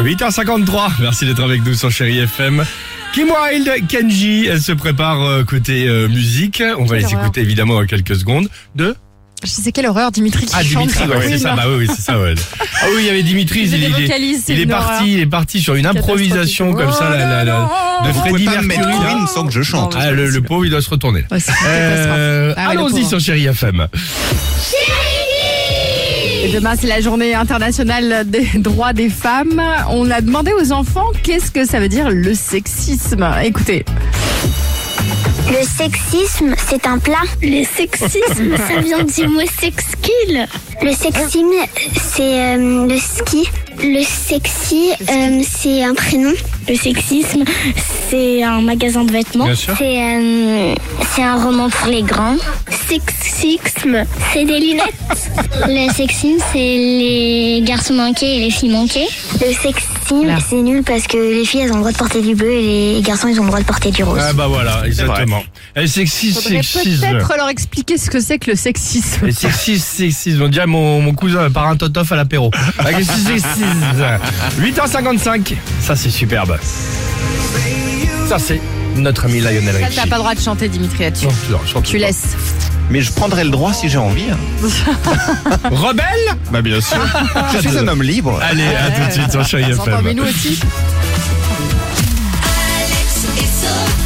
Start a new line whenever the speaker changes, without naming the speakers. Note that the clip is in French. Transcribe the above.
8h53, merci d'être avec nous sur Chéri FM. Kim Wilde, Kenji, elle se prépare euh, côté euh, musique. On va
Quelle
les
horreur.
écouter évidemment dans quelques secondes. De
Je sais quelle horreur, Dimitri qui
Ah
chante.
Dimitri, ouais, c'est ça, bah oui, oui, c'est ça. ouais. Ah oui, il y avait Dimitri, il,
J'ai des
il est-
vocalises, c'est
il est
une horreur. Oh,
parti, il est parti sur une improvisation comme ça, la, la- la- de
Vous pouvez
Freddie
pas me
Mercury.
mettre
là.
Queen sans que je chante.
Ah, le, le pauvre, il doit se retourner. là.
Ouais, Oh, c'est une catastrophe.
Euh,
Ah ouais, le
Allons-y
pauvre.
sur Chéri FM.
Et Demain, c'est la journée internationale des droits des femmes. On a demandé aux enfants qu'est-ce que ça veut dire le sexisme. Écoutez,
Le sexisme, c'est un plat.
Le sexisme, ça vient du mot sexquille.
Le sexisme, c'est euh, le ski. Le sexy, euh, c'est un prénom.
Le sexisme, c'est un magasin de vêtements.
Bien sûr.
C'est euh, c'est un roman pour les grands.
Sexisme, c'est des lunettes.
Le sexisme, c'est les garçons manqués et les filles manquées. Le sexisme,
Là.
c'est nul parce que les filles, elles ont le droit de porter du bleu et les garçons, ils ont le droit de porter du rose.
Ah bah voilà, exactement. Et
il
sexisme,
faudrait
sexisme.
peut-être leur expliquer ce que c'est que le sexisme.
Et sexisme, sexisme. On dirait mon, mon cousin par un totof à l'apéro. Ah, qu'est-ce que c'est, sexisme 8h55. Ça, c'est superbe. Ça, c'est notre ami Lionel
Ça,
Richie.
T'as pas le droit de chanter, Dimitri, là-dessus.
Non, tu- non, surtout
Tu
pas.
laisses.
Mais je prendrai le droit si j'ai envie. hein.
Rebelle
Bah bien sûr. je suis un homme libre.
Allez, à tout de suite sur Chéri
T'entends, mais
FM.
nous aussi.
Alex et Sophie.